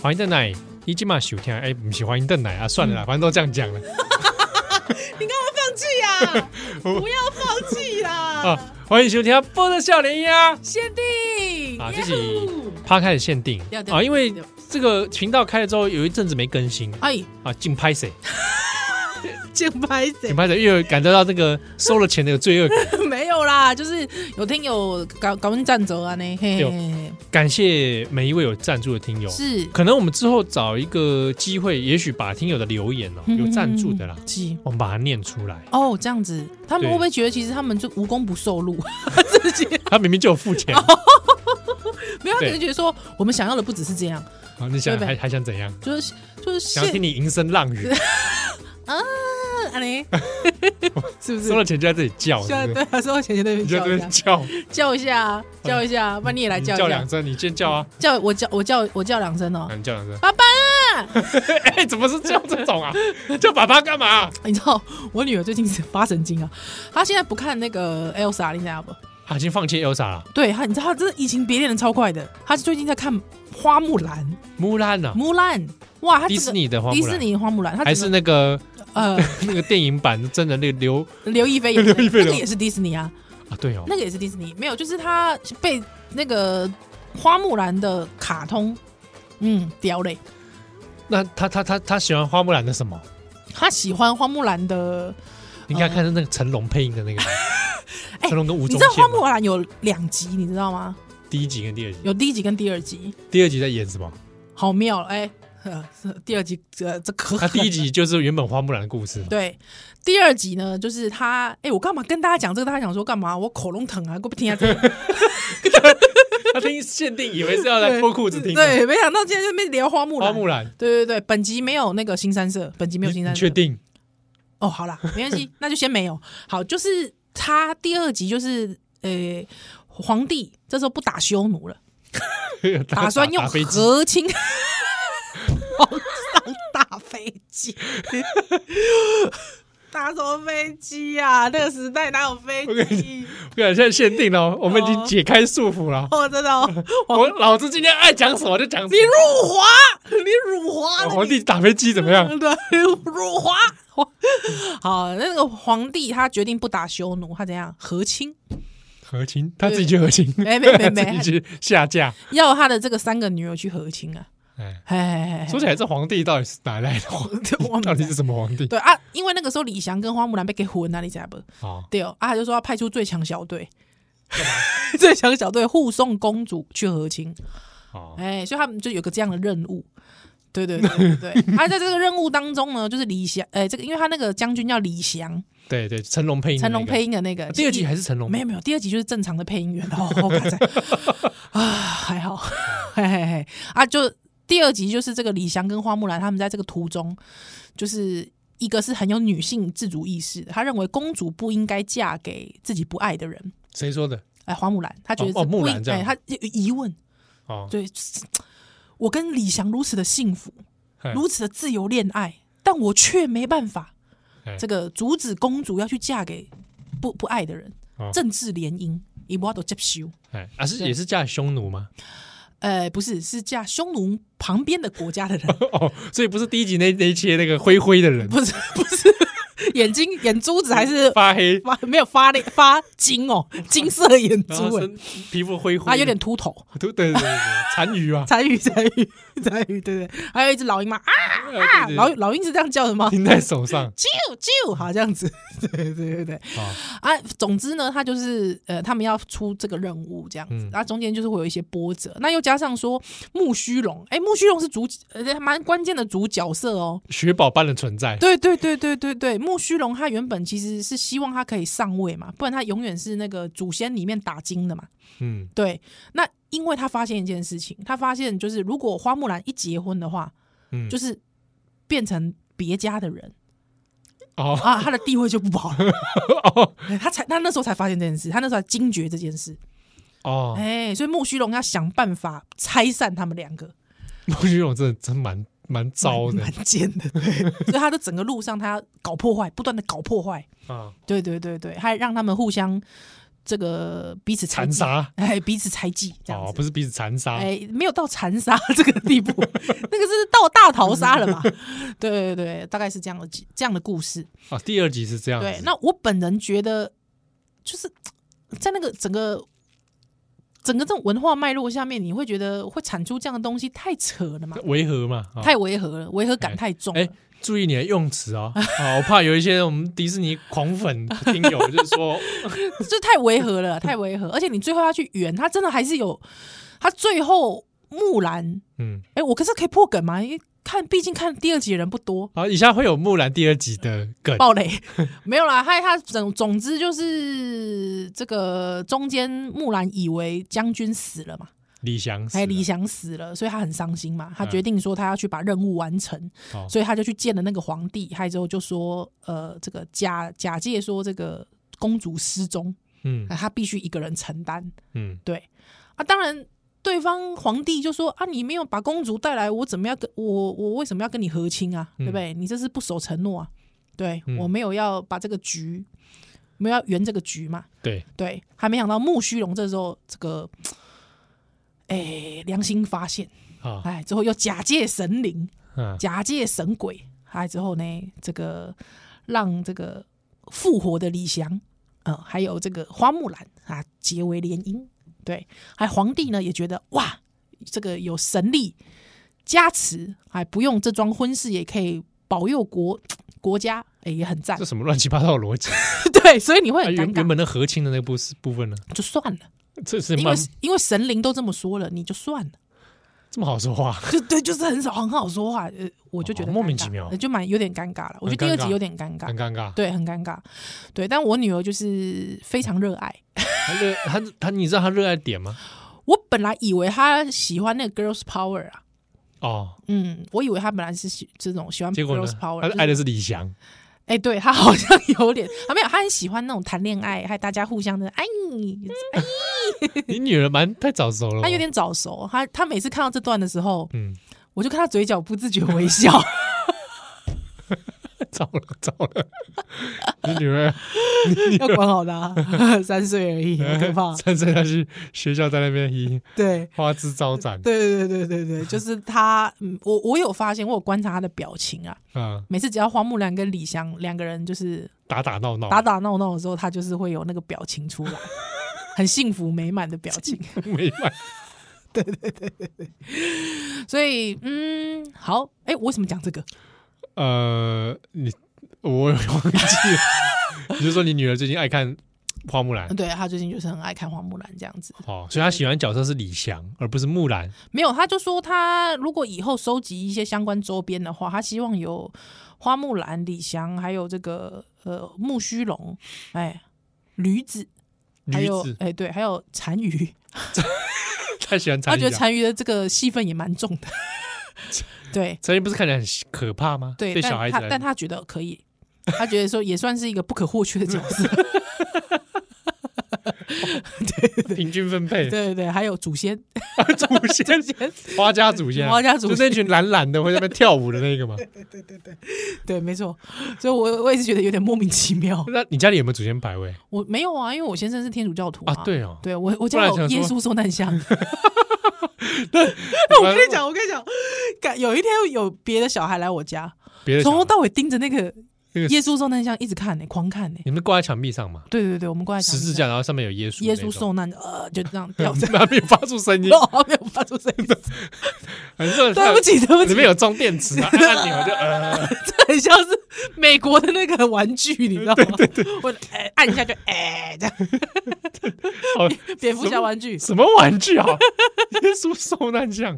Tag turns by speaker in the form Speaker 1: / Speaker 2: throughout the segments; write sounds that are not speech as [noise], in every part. Speaker 1: 欢迎邓奶，你今晚收听哎，不是欢迎邓奶啊，算了
Speaker 2: 嗯
Speaker 1: 啦，反正都这样讲了
Speaker 2: 你干嘛放弃呀、
Speaker 1: [laughs]
Speaker 2: 不要放弃
Speaker 1: 啊
Speaker 2: 啦！。
Speaker 1: 欢迎收听《波的笑脸呀》
Speaker 2: 限定
Speaker 1: 啊，
Speaker 2: 耶
Speaker 1: 这
Speaker 2: 呼
Speaker 1: 集趴开始限定
Speaker 2: 对对
Speaker 1: 啊，因为
Speaker 2: 对
Speaker 1: 这个频道开了之后有一阵子没更新
Speaker 2: 哎，
Speaker 1: 啊，竞拍谁？
Speaker 2: 竞拍谁
Speaker 1: 竞拍谁？因为感觉到这个收了钱的有罪恶感。
Speaker 2: [laughs] 没有啦？就是有听友搞搞问赞助啊呢，嘿
Speaker 1: 对哦
Speaker 2: 嘿嘿，
Speaker 1: 感谢每一位有赞助的听友，
Speaker 2: 是
Speaker 1: 可能我们之后找一个机会，也许把听友的留言
Speaker 2: 嗯
Speaker 1: 哦，有赞助的啦，
Speaker 2: 是
Speaker 1: 我们把它念出来。
Speaker 2: 哦，这样子，他们
Speaker 1: 对
Speaker 2: 会不会觉得其实他们就无功不受禄？ [laughs] 自己
Speaker 1: [laughs] 他明明就有付钱，
Speaker 2: 哦没有，他
Speaker 1: 对
Speaker 2: 可能觉得说我们想要的不只是这样，
Speaker 1: 好哦你想
Speaker 2: 对呗
Speaker 1: 还还想怎样？
Speaker 2: 就是就是
Speaker 1: 想要听
Speaker 2: 现
Speaker 1: 你吟声浪语，
Speaker 2: 啊
Speaker 1: [laughs]
Speaker 2: 呢，是不是
Speaker 1: 收？了钱就在这里叫，
Speaker 2: 现在
Speaker 1: 是不
Speaker 2: 对
Speaker 1: 是？
Speaker 2: 啊，说前前那边
Speaker 1: 你就
Speaker 2: 叫
Speaker 1: 在这
Speaker 2: 一下
Speaker 1: 边，叫，
Speaker 2: 叫一下啊，叫一下啊，不然你也来
Speaker 1: 你
Speaker 2: 叫一
Speaker 1: 叫
Speaker 2: 下
Speaker 1: 两，声，你先叫啊，
Speaker 2: 叫我叫我叫我叫两声哦
Speaker 1: 啊，你叫两声。
Speaker 2: 爸爸啊！
Speaker 1: [laughs] 哎，怎么是叫这种
Speaker 2: [laughs]
Speaker 1: 啊？叫爸爸干嘛？
Speaker 2: 你知道我女儿最近是发神经啊，她现在不看那个 Elsa，你知道不？
Speaker 1: 啊他已经放弃 Elsa 了，
Speaker 2: 对她，你知道她真的移情别恋的超快的，她最近在看花木兰，
Speaker 1: 木兰呢？
Speaker 2: 木兰，哇，她
Speaker 1: 迪
Speaker 2: 这
Speaker 1: 士
Speaker 2: 个
Speaker 1: 尼啊的花
Speaker 2: 迪
Speaker 1: 木
Speaker 2: 士
Speaker 1: 兰，
Speaker 2: 尼花木兰，她
Speaker 1: 还
Speaker 2: 整
Speaker 1: 是
Speaker 2: 个
Speaker 1: 那个 [laughs]
Speaker 2: 呃
Speaker 1: 那个电影版的真人那个刘
Speaker 2: 刘亦
Speaker 1: [laughs]
Speaker 2: 菲演
Speaker 1: 刘亦菲
Speaker 2: 那
Speaker 1: 的
Speaker 2: 个也是迪士尼啊，
Speaker 1: 啊？对哦，
Speaker 2: 那个也是迪士尼，没有，就是她被那个花木兰的卡通，嗯，屌嘞，
Speaker 1: 那他他他他喜欢花木兰的什么？
Speaker 2: 她喜欢花木兰的，
Speaker 1: 你应该看是那个成龙配音的那个，
Speaker 2: [laughs] 哎
Speaker 1: 成龙跟吴
Speaker 2: 你
Speaker 1: 宗
Speaker 2: 知道花
Speaker 1: 宪
Speaker 2: 木
Speaker 1: 嘛，
Speaker 2: 兰有两集，你知道吗？
Speaker 1: 第一集跟第二集，
Speaker 2: 有第一集跟第二集，
Speaker 1: 第二集在演什么？
Speaker 2: 好妙哎、 [laughs] 呵是第二集这这可
Speaker 1: 他
Speaker 2: 狠
Speaker 1: 第一
Speaker 2: 了
Speaker 1: 集就是原本花木兰的故
Speaker 2: [laughs]
Speaker 1: 事嘛，
Speaker 2: 对，第二集呢，就是他，哎、我干嘛跟大家讲这个？大家想说干嘛？我口龙疼啊，给我听下这个。
Speaker 1: 他听限定以为是要来脱裤 [laughs] 子听的，
Speaker 2: 对，没想到今天这边聊花木兰。
Speaker 1: 花木兰，
Speaker 2: 对对对，本集没有那个新三色，本集没有
Speaker 1: 你
Speaker 2: 新
Speaker 1: 你
Speaker 2: 三色。
Speaker 1: 确？定？
Speaker 2: 哦，好啦，没
Speaker 1: [laughs]
Speaker 2: 关系，那就先没有。好，就是他第二集就是，呃、皇帝这时候不打匈奴了，打算用
Speaker 1: [laughs] 打飞机，
Speaker 2: 和 [laughs] 亲皇上大飞机。打什么飞机啊？那个时代哪有飞
Speaker 1: 我跟你
Speaker 2: 机？
Speaker 1: 对，现在限定了，我们已经解开束缚了。
Speaker 2: 哦，真的哦，
Speaker 1: 我老子今天爱讲什么就讲什
Speaker 2: 你
Speaker 1: 么。哦
Speaker 2: 辱华，你辱华了，
Speaker 1: 皇帝打飞机怎么样？
Speaker 2: 你对，辱华。好，那个皇帝他决定不打匈奴，他怎样和亲？
Speaker 1: 和亲，他自己去和亲，
Speaker 2: 嗯没没
Speaker 1: [laughs]
Speaker 2: 没没
Speaker 1: 他自己去下
Speaker 2: [laughs]
Speaker 1: 架。
Speaker 2: 要他的这个三个女儿去和亲啊！
Speaker 1: 哎，
Speaker 2: 哎，
Speaker 1: 说起来，这皇帝到底是哪来的皇帝
Speaker 2: 我不知道
Speaker 1: 到底是什么皇
Speaker 2: [laughs]
Speaker 1: 帝？
Speaker 2: 对啊，因为那个时候李翔跟花木兰被给混了，你知道不？
Speaker 1: 啊，
Speaker 2: 对哦，啊，他就说要派出最强小队， [laughs] 最强小队护送公主去和亲。
Speaker 1: 哦，
Speaker 2: 哎，所以他们就有个这样的任务。对对对对对，他在这个任务当中呢，就是李翔，哎，这个因为他那个将军叫李翔，
Speaker 1: 对对，成龙配音的
Speaker 2: 成
Speaker 1: 那个，
Speaker 2: 龙配音的那个
Speaker 1: 啊第二集还是成龙
Speaker 2: 没有没有，第二集就是正常的配音员哦，好卡
Speaker 1: [laughs]
Speaker 2: 在啊，还好， [laughs] 嘿嘿嘿啊，就第二集就是这个李翔跟花木兰他们在这个途中，就是一个是很有女性自主意识的，他认为公主不应该嫁给自己不爱的人，
Speaker 1: 谁说的？
Speaker 2: 哎，花木兰，他觉得
Speaker 1: 哦
Speaker 2: 这
Speaker 1: 哦木
Speaker 2: 不
Speaker 1: 兰
Speaker 2: 应
Speaker 1: 这样
Speaker 2: 哎，他有疑问，
Speaker 1: 哦，
Speaker 2: 对，就是我跟李翔如此的幸福，
Speaker 1: 嘿
Speaker 2: 如此的自由恋爱，但我却没办法
Speaker 1: 哎
Speaker 2: 这个阻止公主要去嫁给不不爱的人
Speaker 1: 哦，
Speaker 2: 政治联姻，伊无都接受。
Speaker 1: 哎，啊是
Speaker 2: 对
Speaker 1: 也是嫁匈奴吗？ [laughs]
Speaker 2: 呃，不是，是嫁匈奴旁边的国家的人，
Speaker 1: 哦，所以不是第一集那那一些那个灰灰的人
Speaker 2: [laughs] 不是不是，眼睛眼珠子还是
Speaker 1: 发黑，
Speaker 2: 发没有发亮发金哦，金色眼
Speaker 1: 然
Speaker 2: 珠
Speaker 1: 后
Speaker 2: 哎
Speaker 1: 身，皮肤灰灰，
Speaker 2: 啊，有点秃头，
Speaker 1: [laughs] 对对
Speaker 2: [laughs]
Speaker 1: 对对对，单于啊，
Speaker 2: 残余残余残余，对对，还有一只老鹰嘛啊，
Speaker 1: 对对对
Speaker 2: 老老鹰是这样叫的吗？
Speaker 1: 停在手上
Speaker 2: 啾啾，好这样子，对对对对
Speaker 1: 啊，
Speaker 2: 啊，总之呢，他就是呃，他们要出这个任务这样子，
Speaker 1: 嗯
Speaker 2: 然后中间就是会有一些波折，那又加上说木须龙，哎、木须龙是主呃还蛮关键的主角色哦，
Speaker 1: 雪宝般的存在，
Speaker 2: 对对对对对对，木须龙他原本其实是希望他可以上位嘛，不然他永远是那个祖先里面打金的嘛，
Speaker 1: 嗯，
Speaker 2: 对，那因为他发现一件事情，他发现就是如果花木兰一结婚的话，
Speaker 1: 嗯
Speaker 2: 就是变成别家的人。
Speaker 1: 哦
Speaker 2: 啊，他的地位就不保了。
Speaker 1: [laughs] 哦
Speaker 2: 哎他才他那时候才发现这件事，他那时候才惊觉这件事。
Speaker 1: 哦，
Speaker 2: 哎、所以木须龙要想办法拆散他们两个，
Speaker 1: 陆军勇真的真蛮蛮糟的
Speaker 2: 蛮贱的。对所以他的整个路上，他要搞破坏，不断的搞破坏。
Speaker 1: 啊，
Speaker 2: 对对对对，还让他们互相这个彼此猜
Speaker 1: 残
Speaker 2: 忌，
Speaker 1: 杀
Speaker 2: 哎，彼此猜忌这样
Speaker 1: 哦，
Speaker 2: 子。
Speaker 1: 不是彼此残杀，
Speaker 2: 哎，没有到残杀 [laughs] 这个地步，那个是到大逃杀了嘛？对对对，大概是这样的这样的故事。
Speaker 1: 啊，第二集是这样子。
Speaker 2: 对，那我本人觉得，就是在那个整个整个这种文化脉络下面，你会觉得会产出这样的东西太扯了嘛，
Speaker 1: 违和嘛，啊
Speaker 2: 太违和了，违和感太重了。
Speaker 1: 哎，注意你的用词
Speaker 2: [laughs]
Speaker 1: 哦，啊，我怕有一些我们迪士尼狂粉听
Speaker 2: [laughs]
Speaker 1: 友就是说，
Speaker 2: 这太违和了，太违和。而且你最后要去圆，他真的还是有，他最后木兰，
Speaker 1: 嗯，
Speaker 2: 哎、我可是可以破梗吗？因为看，毕竟看第二集的人不多，
Speaker 1: 好，以下会有木兰第二集的梗，[laughs]
Speaker 2: 暴雷没有啦。他他总总之就是这个中间木兰以为将军死了嘛，
Speaker 1: 李翔死了，
Speaker 2: 哎，李翔死了，所以他很伤心嘛。他
Speaker 1: 嗯
Speaker 2: 决定说他要去把任务完成，
Speaker 1: 哦
Speaker 2: 所以他就去见了那个皇帝，还之后就说，呃，这个假假借说这个公主失踪，
Speaker 1: 嗯
Speaker 2: 啊他必须一个人承担。
Speaker 1: 嗯，
Speaker 2: 对啊，当然对方皇帝就说啊，你没有把公主带来，我怎么要跟我我为什么要跟你和亲啊？对不对？你这是不守承诺啊！对、
Speaker 1: 嗯
Speaker 2: 我没有要把这个局，没有要圆这个局嘛。
Speaker 1: 对，
Speaker 2: 对，还没想到木须龙这时候这个，哎、良心发现，
Speaker 1: 啊，
Speaker 2: 哎，之后又假借神灵，
Speaker 1: 嗯，
Speaker 2: 假借神鬼，还之后呢，这个让这个复活的李翔，呃，还有这个花木兰啊，结为联姻。对，还皇帝呢也觉得哇，这个有神力加持，还不用这桩婚事也可以保佑国国家，哎、也很赞
Speaker 1: 这。什么乱七八糟的逻辑？
Speaker 2: 对，所以你会
Speaker 1: 啊
Speaker 2: 很
Speaker 1: 原
Speaker 2: 尴
Speaker 1: 原
Speaker 2: 尬，
Speaker 1: 本的和亲的那个部部分呢？
Speaker 2: 就算了。
Speaker 1: 这是
Speaker 2: 因为
Speaker 1: 蛮
Speaker 2: 因为神灵都这么说了，你就算了，
Speaker 1: 这么好说话，
Speaker 2: 就对，就是很少很好说话，呃，我就觉得
Speaker 1: 哦莫名
Speaker 2: 尴尬
Speaker 1: 其妙
Speaker 2: 呃就蛮有点尴尬了。我觉得第二
Speaker 1: 很尴尬
Speaker 2: 集有点尴尬
Speaker 1: 很，尴尬。
Speaker 2: 对，很尴尬，对。但我女儿就是非常热爱，
Speaker 1: 他热他他，你知道他热爱点吗？
Speaker 2: 我本来以为她喜欢那个 girls power 啊，
Speaker 1: 哦，
Speaker 2: 嗯，我以为她本来是喜这种喜欢
Speaker 1: 结果呢
Speaker 2: girls？power，
Speaker 1: 他
Speaker 2: 就是
Speaker 1: 爱的是李
Speaker 2: [laughs]
Speaker 1: 翔，
Speaker 2: 哎、对他好像有点，啊，没有，他很喜欢那种谈恋爱，还大家互相的哎，
Speaker 1: 你女儿蛮太早熟了。哦
Speaker 2: 他有，
Speaker 1: [laughs]
Speaker 2: 点早熟，他他每次看到这段的时候，
Speaker 1: 嗯，
Speaker 2: 我就看他嘴角不自觉
Speaker 1: [laughs]
Speaker 2: 微笑，
Speaker 1: 糟了糟了， [laughs] 你女儿。
Speaker 2: 要管好他， [laughs] 三岁而已，很可怕
Speaker 1: [laughs] 三岁，她去学校在那边一
Speaker 2: 对
Speaker 1: 花枝招展
Speaker 2: 对对对对对，就是他，嗯，我我有发现，我有观察他的表情啊，
Speaker 1: 啊，
Speaker 2: 每次只要花木兰跟李湘两个人就是
Speaker 1: 打打闹闹，
Speaker 2: 打打闹闹的时候，他就是会有那个表情 [laughs] 出来，很幸福美满的表情。
Speaker 1: [laughs]
Speaker 2: [laughs]
Speaker 1: 没完。
Speaker 2: 所以，嗯，好，哎、我为什么讲这个？
Speaker 1: 呃，你我忘记了， [laughs] 你就说你女儿最近爱看花木兰
Speaker 2: [laughs] 对啊他最近就是很爱看花木兰这样子，
Speaker 1: 哦，所以她喜欢的角色是李翔，而不是木兰。
Speaker 2: 没有，他就说他如果以后收集一些相关周边的话，他希望有花木兰、李翔，还有这个呃木须龙，哎，驴子，还
Speaker 1: 女
Speaker 2: 有
Speaker 1: 子
Speaker 2: 哎、对，还有单啊于，
Speaker 1: 太喜欢
Speaker 2: 他
Speaker 1: 陈
Speaker 2: 觉
Speaker 1: 怡
Speaker 2: 得
Speaker 1: 了。
Speaker 2: 单于的这个戏份也蛮重 [laughs] 的，对
Speaker 1: 陈怡不是看起来很可怕吗？
Speaker 2: 对，
Speaker 1: 对
Speaker 2: 但
Speaker 1: 小孩子
Speaker 2: 他
Speaker 1: 来
Speaker 2: 但
Speaker 1: 说
Speaker 2: 他觉得可以，他觉得说也算是一个不可或缺的角色，
Speaker 1: 平均分配
Speaker 2: 对，对对，还有祖先，
Speaker 1: [laughs] 祖
Speaker 2: [laughs]
Speaker 1: 先花家祖先啊，
Speaker 2: 花家祖
Speaker 1: 就
Speaker 2: 先
Speaker 1: 那群懒懒的会在那边跳舞的那个嘛。
Speaker 2: 对，没错，所以我我也是觉得有点莫名其妙，
Speaker 1: [laughs] 那你家里有没有祖先牌位
Speaker 2: 我没有啊，因为我先生是天主教徒
Speaker 1: 啊？，对
Speaker 2: [laughs]
Speaker 1: 哦，
Speaker 2: 对我我
Speaker 1: 不
Speaker 2: 家
Speaker 1: 然
Speaker 2: 有
Speaker 1: 想说
Speaker 2: 耶稣受
Speaker 1: [laughs]
Speaker 2: 难箱。
Speaker 1: 我
Speaker 2: 我跟你，讲，我跟你讲，感有一天有别的小孩来我家，
Speaker 1: 别的
Speaker 2: 从头
Speaker 1: 小孩
Speaker 2: 到尾盯着那个
Speaker 1: 那个
Speaker 2: 耶稣受难像一直看呢、狂看呢、
Speaker 1: 你们挂在墙壁上嘛，
Speaker 2: 对对对，我们过来讲
Speaker 1: 十字架，然后上面有耶稣，
Speaker 2: 耶稣，受难，呃，就这样
Speaker 1: [laughs]
Speaker 2: 掉
Speaker 1: 然
Speaker 2: 着，
Speaker 1: 后啊没有发出声
Speaker 2: [laughs]
Speaker 1: 音
Speaker 2: 然，后没有发出
Speaker 1: [laughs]
Speaker 2: 声音。
Speaker 1: 啊很热，
Speaker 2: 对啊不起，对不
Speaker 1: 里
Speaker 2: 起，
Speaker 1: 面有装电池啊，按按钮就呃，
Speaker 2: 这很像是美国的那个玩具，你知道吗？对对我哎、按一下就哎、这样，
Speaker 1: 好
Speaker 2: 蝙蝠侠玩具。
Speaker 1: 什么玩具啊？耶稣受难像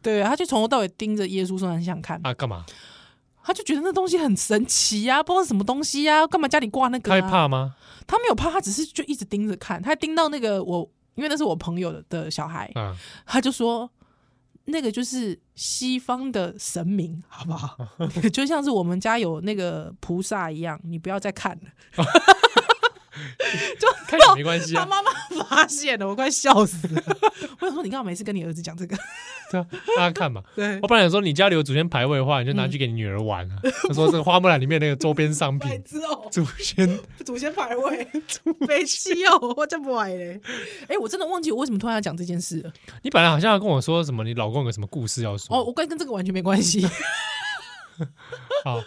Speaker 2: 对，他就从头到尾盯着耶稣受难像看，
Speaker 1: 啊？干嘛？
Speaker 2: 他就觉得那东西很神奇呀、不知道是什么东西呀、干嘛家里挂那个、
Speaker 1: 他
Speaker 2: 啊？
Speaker 1: 会怕吗？
Speaker 2: 他没有怕，他只是就一直盯着看，他盯到那个我，因为那是我朋友的的小孩，
Speaker 1: 啊，
Speaker 2: 他就说那个就是西方的神明，好不好？就像是我们家有那个菩萨一样，你不要再看了。
Speaker 1: 看也没关系
Speaker 2: [laughs] 他
Speaker 1: 啊。
Speaker 3: [laughs]
Speaker 2: 妈妈发现了，我快笑死了。我想说，你干嘛每次跟你儿子讲这个？
Speaker 1: 对啊，让他看嘛。
Speaker 2: 对
Speaker 1: 我，本来想说你家里有祖先牌位的话，你就拿
Speaker 2: 嗯
Speaker 1: 去给你女儿玩啊。他说这个花木兰里面那个周边商
Speaker 2: [laughs]
Speaker 3: 白
Speaker 1: 品，
Speaker 3: 痴哦，
Speaker 1: 祖先
Speaker 3: 祖先牌位，白痴哦，我真不爱嘞。
Speaker 2: 哎，我真的忘记我为什么突然要讲这件事了。
Speaker 1: 你本来好像要跟我说什么，你老公有什么故事要说
Speaker 2: 哦，我跟跟这个完全没关
Speaker 3: [laughs]
Speaker 2: 系。
Speaker 1: [laughs] 好，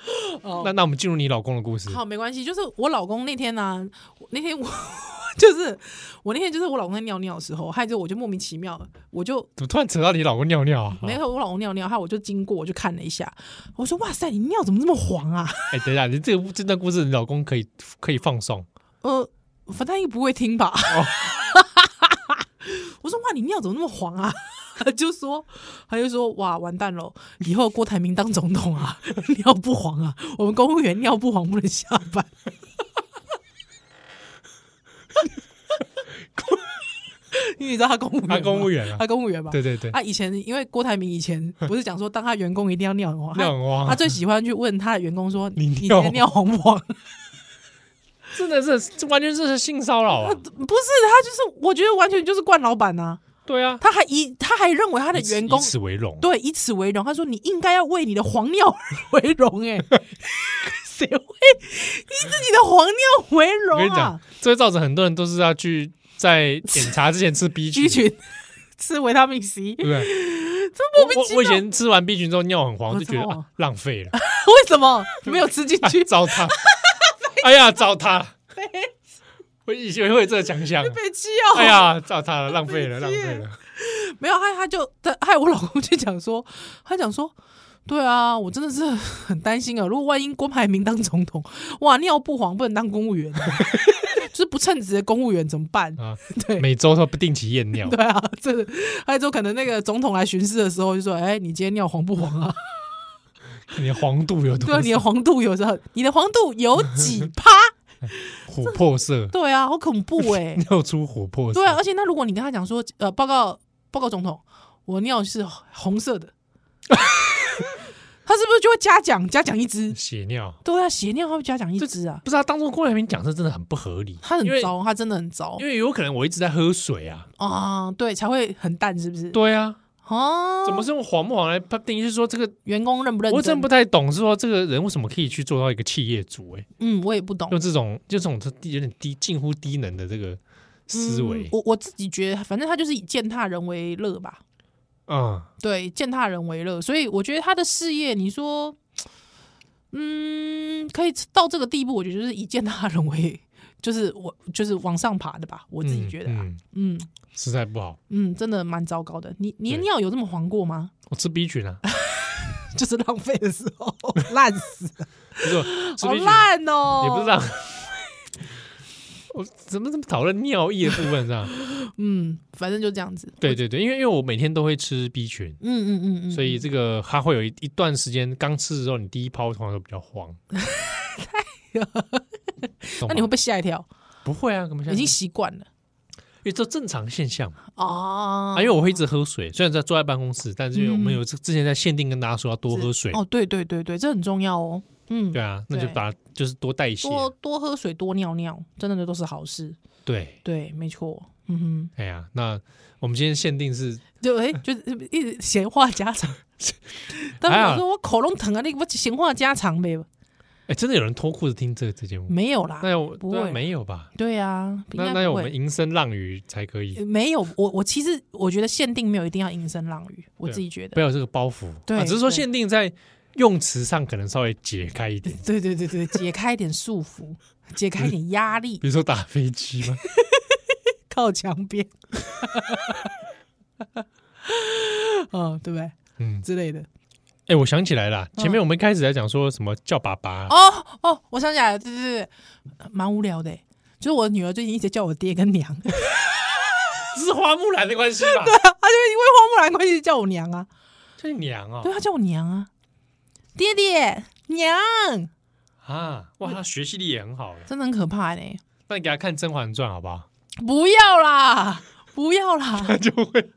Speaker 2: 哦
Speaker 1: 那那我们进入你老公的故事。
Speaker 2: 好，没关系。就是我老公那天呢、我那天我就是我那天就是我老公在尿尿的时候，害着我就莫名其妙，我就
Speaker 1: 怎么突然扯到你老公尿尿啊？
Speaker 2: [laughs] 没有我老公尿尿，害我就经过，我就看了一下，我说哇塞，你尿怎么这么黄啊？
Speaker 1: 哎、等一下，你这个这段故事，你老公可以可以放送，
Speaker 2: 呃，反正他应该不会听吧。
Speaker 1: 哦
Speaker 2: [laughs] 我说哇，你尿怎么那么黄啊？ [laughs] 他就说，他就说哇，完蛋了，以后郭台铭当总统啊， [laughs] 尿不黄啊，我们公务员尿不黄不能下
Speaker 1: [laughs]
Speaker 2: 班。因为你知道他公务员吗，
Speaker 1: 他公务员啊
Speaker 2: 他公务员吧？
Speaker 1: 对对对，
Speaker 2: 他以前因为郭台铭以前不是讲说，当他员工一定要尿很黄，
Speaker 1: 尿很啊黄
Speaker 2: 他他最喜欢去问他的员工说：“
Speaker 1: 你
Speaker 2: 你今
Speaker 1: 尿
Speaker 2: 天尿黄不黄？”
Speaker 1: 真的是这完全是性骚扰啊！
Speaker 2: [laughs] 不是，他就是我觉得完全就是惯老板呐、
Speaker 1: 对啊，
Speaker 2: 他还以他还认为他的
Speaker 1: 以此
Speaker 2: 员工
Speaker 1: 以此为荣，
Speaker 2: 对以此为荣，他说你应该要为你的黄尿而为荣、哎， [laughs] 谁会以自己的黄尿为
Speaker 1: 我跟
Speaker 2: 荣
Speaker 1: 你
Speaker 2: 啊
Speaker 1: 讲？，这会造成很多人都是要去在检查之前吃 B 群，
Speaker 2: 居群吃维他命 C，
Speaker 1: 对不对？
Speaker 2: [laughs] 这莫名
Speaker 1: 我
Speaker 2: 其
Speaker 1: 我我以
Speaker 2: 妙，
Speaker 1: 前吃完 B 群之后尿很黄，
Speaker 2: 我
Speaker 1: 就觉得、
Speaker 2: 超黄
Speaker 1: 啊、浪费了，
Speaker 2: 为什么没有吃进
Speaker 1: [laughs] 哎
Speaker 2: 去？ [laughs]
Speaker 1: 糟蹋，哎呀糟蹋，我以前会有这个强项啊，
Speaker 2: 被气哦！
Speaker 1: 哎呀糟蹋了，浪费了，浪
Speaker 2: 北极
Speaker 1: 费了，
Speaker 2: 没有，害他就他害我老公就讲说，他讲说，对啊，我真的是很担心啊，如果万一郭台铭当总统，哇，尿不黄不能当公务员，就是不称职的公务员怎么办？
Speaker 1: 啊，
Speaker 2: 对
Speaker 1: 每周都不定期验尿，
Speaker 2: 对啊，这还有之后可能那个总统来巡视的时候就说，哎，你今天尿黄不黄啊？
Speaker 1: 你的黄度有多
Speaker 2: 对啊，
Speaker 1: 少？
Speaker 2: 你的黄度有时候你的黄度有几趴？
Speaker 1: 琥珀色，
Speaker 2: 对啊，好恐怖哎、
Speaker 1: 尿出琥珀色，
Speaker 2: 对啊，而且那如果你跟他讲说，呃，报告报告总统，我尿是红
Speaker 1: [laughs]
Speaker 2: 色的，他是不是就会嘉奖嘉奖一只？
Speaker 1: 血尿。
Speaker 2: 对啊，血尿他会嘉奖一只啊，
Speaker 1: 不是啊，当初郭台铭讲这真的很不合理，
Speaker 2: 他很
Speaker 1: 因为
Speaker 2: 糟，他真的很糟
Speaker 1: 因为有可能我一直在喝水啊。
Speaker 2: 啊，对，才会很淡，是不是？
Speaker 1: 对啊，
Speaker 2: 啊，
Speaker 1: 怎么是用黄不黄来判定？就是说这个
Speaker 2: 员工认不认
Speaker 1: 我真不太懂，是说这个人为什么可以去做到一个企业主、欸？
Speaker 2: 嗯，我也不懂
Speaker 1: 用这种就这种有点低近乎低能的这个思维
Speaker 2: 嗯，我我自己觉得，反正他就是以践踏人为乐吧，
Speaker 1: 嗯，
Speaker 2: 对，践踏人为乐，所以我觉得他的事业，你说，嗯，可以到这个地步，我觉得就是以践踏人为，就是我就是往上爬的吧，我
Speaker 1: 我
Speaker 2: 自己觉得啊，
Speaker 1: 嗯，嗯
Speaker 2: 嗯
Speaker 1: 实在不好。
Speaker 2: 嗯，真的蛮糟糕的。你你的
Speaker 1: 对
Speaker 2: 尿有这么黄过吗？ [laughs]
Speaker 1: 我吃 B 群啊，
Speaker 2: 就是浪费的时
Speaker 1: [laughs]
Speaker 2: 候烂死，
Speaker 1: 不是我吃
Speaker 2: 好
Speaker 1: B 群，
Speaker 2: 烂哦、
Speaker 1: 也不是这样。 [laughs] 我怎么怎么讨论尿液的部分
Speaker 2: [laughs]
Speaker 1: 这样？
Speaker 2: 嗯，反正就这样子。
Speaker 1: 对对对，因为因为我每天都会吃 B 群，
Speaker 2: 嗯嗯嗯嗯，
Speaker 1: 所以这个它会有一一段时间刚吃的时候，你第一泡通常都比较
Speaker 2: [laughs]
Speaker 1: 黄。 [laughs] 懂
Speaker 2: 那
Speaker 1: 吗
Speaker 2: 你会被吓一跳，
Speaker 1: 不会啊？怎么现在
Speaker 2: 已经习惯了
Speaker 1: 因为这正常现象嘛。
Speaker 2: 哦
Speaker 1: 啊，
Speaker 2: 嗯
Speaker 1: 因为我会一直喝水，虽然在坐在办公室，但是因为我们有之之前在限定跟大家说要多喝水，
Speaker 2: 哦，对对对对，这很重要哦。嗯
Speaker 1: 对，啊，那就
Speaker 2: 对
Speaker 1: 把就是多代谢，
Speaker 2: 多多喝水，多尿尿，真的都是好事。
Speaker 1: 对，
Speaker 2: 对，没错。嗯哼，
Speaker 1: 哎呀，那我们今天限定是
Speaker 2: 就哎、就是一直闲话家常。 [laughs] 但
Speaker 1: 还
Speaker 2: 是
Speaker 1: 好
Speaker 2: 我说我口咙疼啊，你给我闲话家常呗？
Speaker 1: 哎，真的有人脱裤子听这这节目？
Speaker 2: 没有啦，
Speaker 1: 那我
Speaker 2: 嗯不
Speaker 1: 对啊
Speaker 2: 会
Speaker 1: 没有吧？
Speaker 2: 对啊，应
Speaker 1: 那
Speaker 2: 该
Speaker 1: 那
Speaker 2: 不
Speaker 1: 我
Speaker 2: 会
Speaker 1: 们吟声浪语才可以，
Speaker 2: 没有，我我其实我觉得限定没有一定要吟声浪语，我
Speaker 1: 对
Speaker 2: 自己觉得
Speaker 1: 不。要有这个包袱。
Speaker 2: 对
Speaker 1: 啊只是说
Speaker 2: 对
Speaker 1: 限定在用词上可能稍微解开一点，
Speaker 2: [laughs] 对对对对，解开一点束缚，解开一点压力，
Speaker 1: 比如说打飞机嘛，
Speaker 2: 靠墙边， [laughs] 嗯，对不对
Speaker 1: 嗯，
Speaker 2: 之类的？
Speaker 1: 哎，我想起来了，前面我们一开始在讲说什么叫爸爸，
Speaker 2: 嗯哦哦，我想起来了，对对对，蛮无聊的欸。就是我女儿最近一直叫我爹跟娘，她就
Speaker 1: 是花木兰的关系吧？
Speaker 2: 因为花木兰关系叫我娘啊，
Speaker 1: 这娘哦
Speaker 2: 对，她叫我娘啊，爹爹娘，
Speaker 1: 啊，哇，他学习力也很好哎。
Speaker 2: 真的很可怕呢。
Speaker 1: 那你给他看《甄嬛传》好不
Speaker 2: [laughs]
Speaker 1: 好？
Speaker 2: 不要啦，不要啦，
Speaker 1: 他就会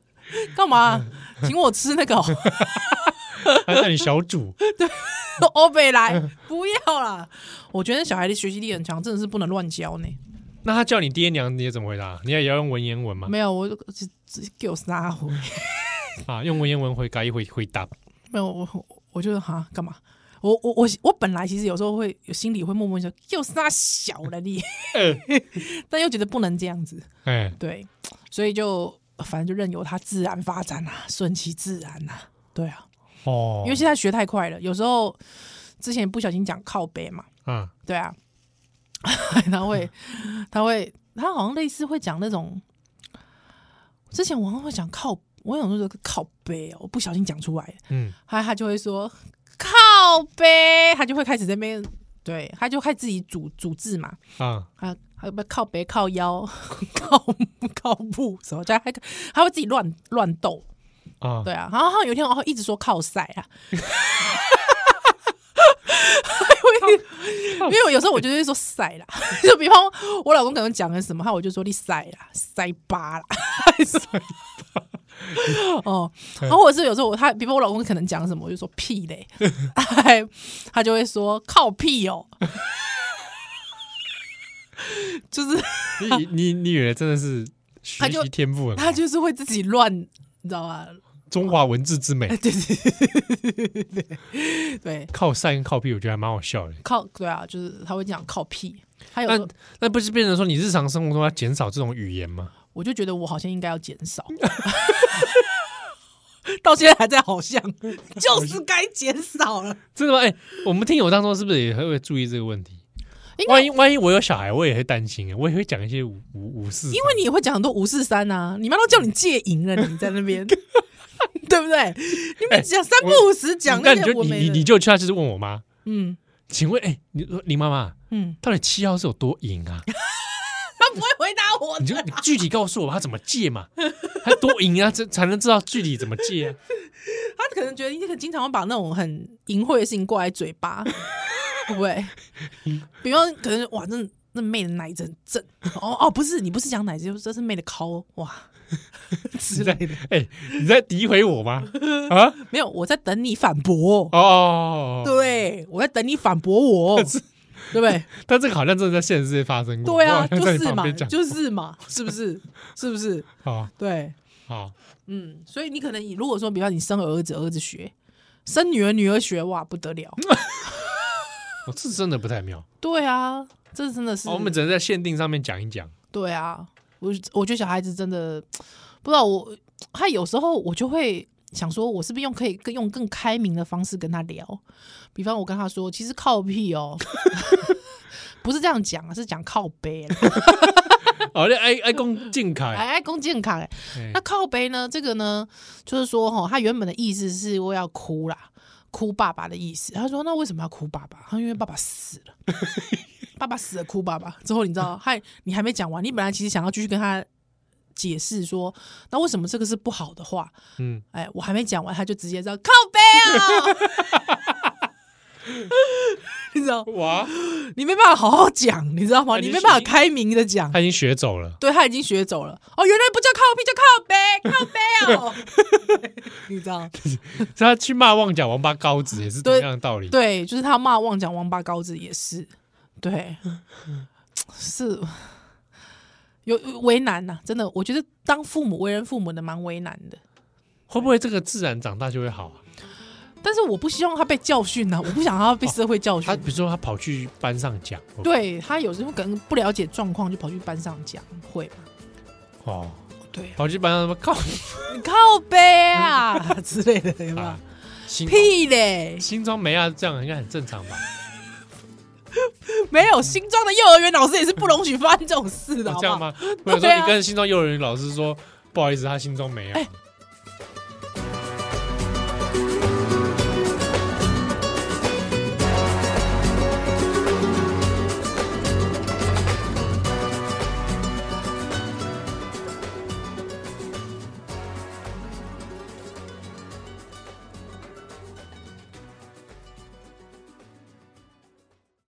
Speaker 2: 干嘛请我吃那个哦
Speaker 1: 他叫你小主，
Speaker 2: 欧贝来？不要啦，我觉得小孩的学习力很强，真的是不能乱教呢。
Speaker 1: 那他叫你爹娘，你也怎么回答？你也要用文言文吗？
Speaker 2: 没有，我就只只给我撒回。
Speaker 1: 啊，用文言文回改回回答，
Speaker 2: 没有，我我我就哈干嘛？我我我我本来其实有时候会有心里会默默说，又是他小了你， [laughs] 但又觉得不能这样子，
Speaker 1: 哎，
Speaker 2: 对，所以就呃反正就任由它自然发展啊，顺其自然啊，对啊，
Speaker 1: 哦，
Speaker 2: 因为现在学太快了，有时候之前不小心讲靠背嘛，
Speaker 1: 啊，
Speaker 2: 对啊， [laughs] 他会他会他好像类似会讲那种，之前我好像会讲靠，我想说这个靠背哦，我不小心讲出来了。
Speaker 1: 嗯，
Speaker 2: 他他就会说靠背，他就会开始在那边，对，他就开始自己组组字嘛，
Speaker 1: 啊，
Speaker 2: 啊，还有不靠背、靠腰、 [laughs] 靠靠步什么，这样还他会自己乱乱斗，
Speaker 1: 啊，
Speaker 2: 对啊，然后他有一天哦一直说靠塞啊。 [laughs] 因为我有时候我就会说塞啦，就比方我老公可能讲了什么，他我就说你塞啦，塞巴啦，塞巴。 [laughs] 哦，然后或者是有时候我他，比方我老公可能讲什么，我就说屁嘞， [laughs] 哎，他就会说靠屁哦， [laughs] 就是
Speaker 1: 你你你以为真的是学
Speaker 2: 他就
Speaker 1: 习天赋了吗？
Speaker 2: 他就是会自己乱，你知道吧？
Speaker 1: 中华文字之美，
Speaker 2: 哎对对对对对对，
Speaker 1: 靠晒跟靠屁，我觉得还蛮好笑的。
Speaker 2: 靠对啊，就是他会讲靠屁，还有时
Speaker 1: 那
Speaker 2: 候
Speaker 1: 那不是变成说你日常生活中要减少这种语言吗？
Speaker 2: 我就觉得我好像应该要减
Speaker 1: [laughs]
Speaker 2: 少，到现在还在
Speaker 1: [laughs]
Speaker 2: 好像，
Speaker 3: 就是该减少了。
Speaker 1: 真的吗？哎、我们听友当中是不是也会会注意这个问题
Speaker 2: 应？该
Speaker 1: 万一万一我有小孩，我也会担心，啊我也会讲一些五五五四三，
Speaker 2: 因为你也会讲很多五四三呐，你妈都叫你戒淫了，你在
Speaker 1: [laughs]
Speaker 2: 那边，对不对？你们讲三不五时讲
Speaker 1: 哎那
Speaker 2: 那
Speaker 1: 你
Speaker 2: 些
Speaker 1: 就
Speaker 2: 我
Speaker 1: 你
Speaker 2: 没
Speaker 1: 你
Speaker 2: 的
Speaker 1: 你就下次问我妈，
Speaker 2: 嗯
Speaker 1: 请问哎、你说林妈妈 [laughs]
Speaker 2: 嗯，
Speaker 1: 到底七号是有多淫啊？
Speaker 2: 他不会回答我
Speaker 1: 你就你具体告诉我他怎么戒
Speaker 2: [laughs]
Speaker 1: 嘛，他多淫啊，这才能知道具体怎么戒啊。
Speaker 2: 他可能觉得你可能经常会把那种很淫秽的事情挂在嘴
Speaker 1: [laughs]
Speaker 2: 巴，会不会？比方可能哇，那那妹的奶真正哦哦，不是你不是讲奶，就是这是妹的尻哇之类的。
Speaker 1: 哎、你在诋毁我吗？啊？
Speaker 2: 没有，我在等你反驳，
Speaker 1: 哦，，
Speaker 2: 对我在等你反
Speaker 1: [laughs]
Speaker 2: 驳我，对不对？
Speaker 1: 但这个好像真的在现实世界发生过。
Speaker 2: 对啊，
Speaker 1: 我好像
Speaker 2: 就
Speaker 1: 在你
Speaker 2: 是
Speaker 1: 旁
Speaker 2: 嘛，
Speaker 1: 边讲
Speaker 2: 就是嘛，是不是？是不是？
Speaker 1: 好
Speaker 2: 对，
Speaker 1: 好，
Speaker 2: 嗯，所以你可能你如果说，比方你生儿子，儿子学；生女儿，女儿学，哇，不得了。
Speaker 1: 我是真的不太妙。
Speaker 2: 对啊，这真的是
Speaker 1: 哦我们只能在限定上面讲一讲。
Speaker 2: 对啊，我我觉得小孩子真的不知道我，他有时候我就会想说，我是不是用可以更用更开明的方式跟他聊？比方我跟他说，其实靠屁哦， [laughs] 不是这样讲啊，是讲靠背啦。
Speaker 1: [laughs] 哦，那爱爱公敬凯，
Speaker 2: 哎，哎弓箭卡哎，
Speaker 1: 哎
Speaker 2: 那靠背呢？这个呢，就是说哈，他原本的意思是我要哭啦，哭爸爸的意思。他说那为什么要哭爸爸？他说因为爸爸死了，爸爸死了哭爸爸之后，你知道，还你还没讲完，你本来其实想要继续跟他解释说，那为什么这个是不好的话？
Speaker 1: 嗯，
Speaker 2: 哎，我还没讲完，他就直接说靠背啊。你知道，
Speaker 1: 哇，
Speaker 2: 你没办法好好讲，你知道吗？
Speaker 1: 哎你
Speaker 2: 你没办法
Speaker 1: 是
Speaker 2: 开明的讲，
Speaker 1: 他已经学走了。 [laughs]
Speaker 2: 对他已经学走了。哦，原来不叫靠背，叫靠背， [laughs] 靠背哦。 [laughs] 你知道？
Speaker 1: 他去骂旺角王八羔子也是同
Speaker 2: 对
Speaker 1: 样的道理。
Speaker 2: 对，就是他骂妄讲王八羔子也是，对，是有为难呐、真的，我觉得当父母为人父母的蛮为难的。
Speaker 1: 会不会这个自然长大就会好啊？
Speaker 2: 但是我不希望他被教训啊呐、我不想他被社会教训。
Speaker 1: 他比如说他跑去班上讲，会不会，
Speaker 2: 对他有时候可能不了解状况，就跑去班上讲，会吗？
Speaker 1: 哦，
Speaker 2: 对、啊，
Speaker 1: 跑去班上什么靠
Speaker 2: 你 [laughs] 靠背啊之类的，有没有
Speaker 1: 啊？，新
Speaker 2: 屁嘞！
Speaker 1: 新装没啊，这样应该很正常吧？
Speaker 2: 没有新装的幼儿园老师也是不容许发生这种事的，
Speaker 1: 哦这
Speaker 2: 好不
Speaker 1: 样
Speaker 2: 好？
Speaker 1: 吗？我想说你跟新装幼儿园老师说，不好意思，他新装没啊
Speaker 2: 哎，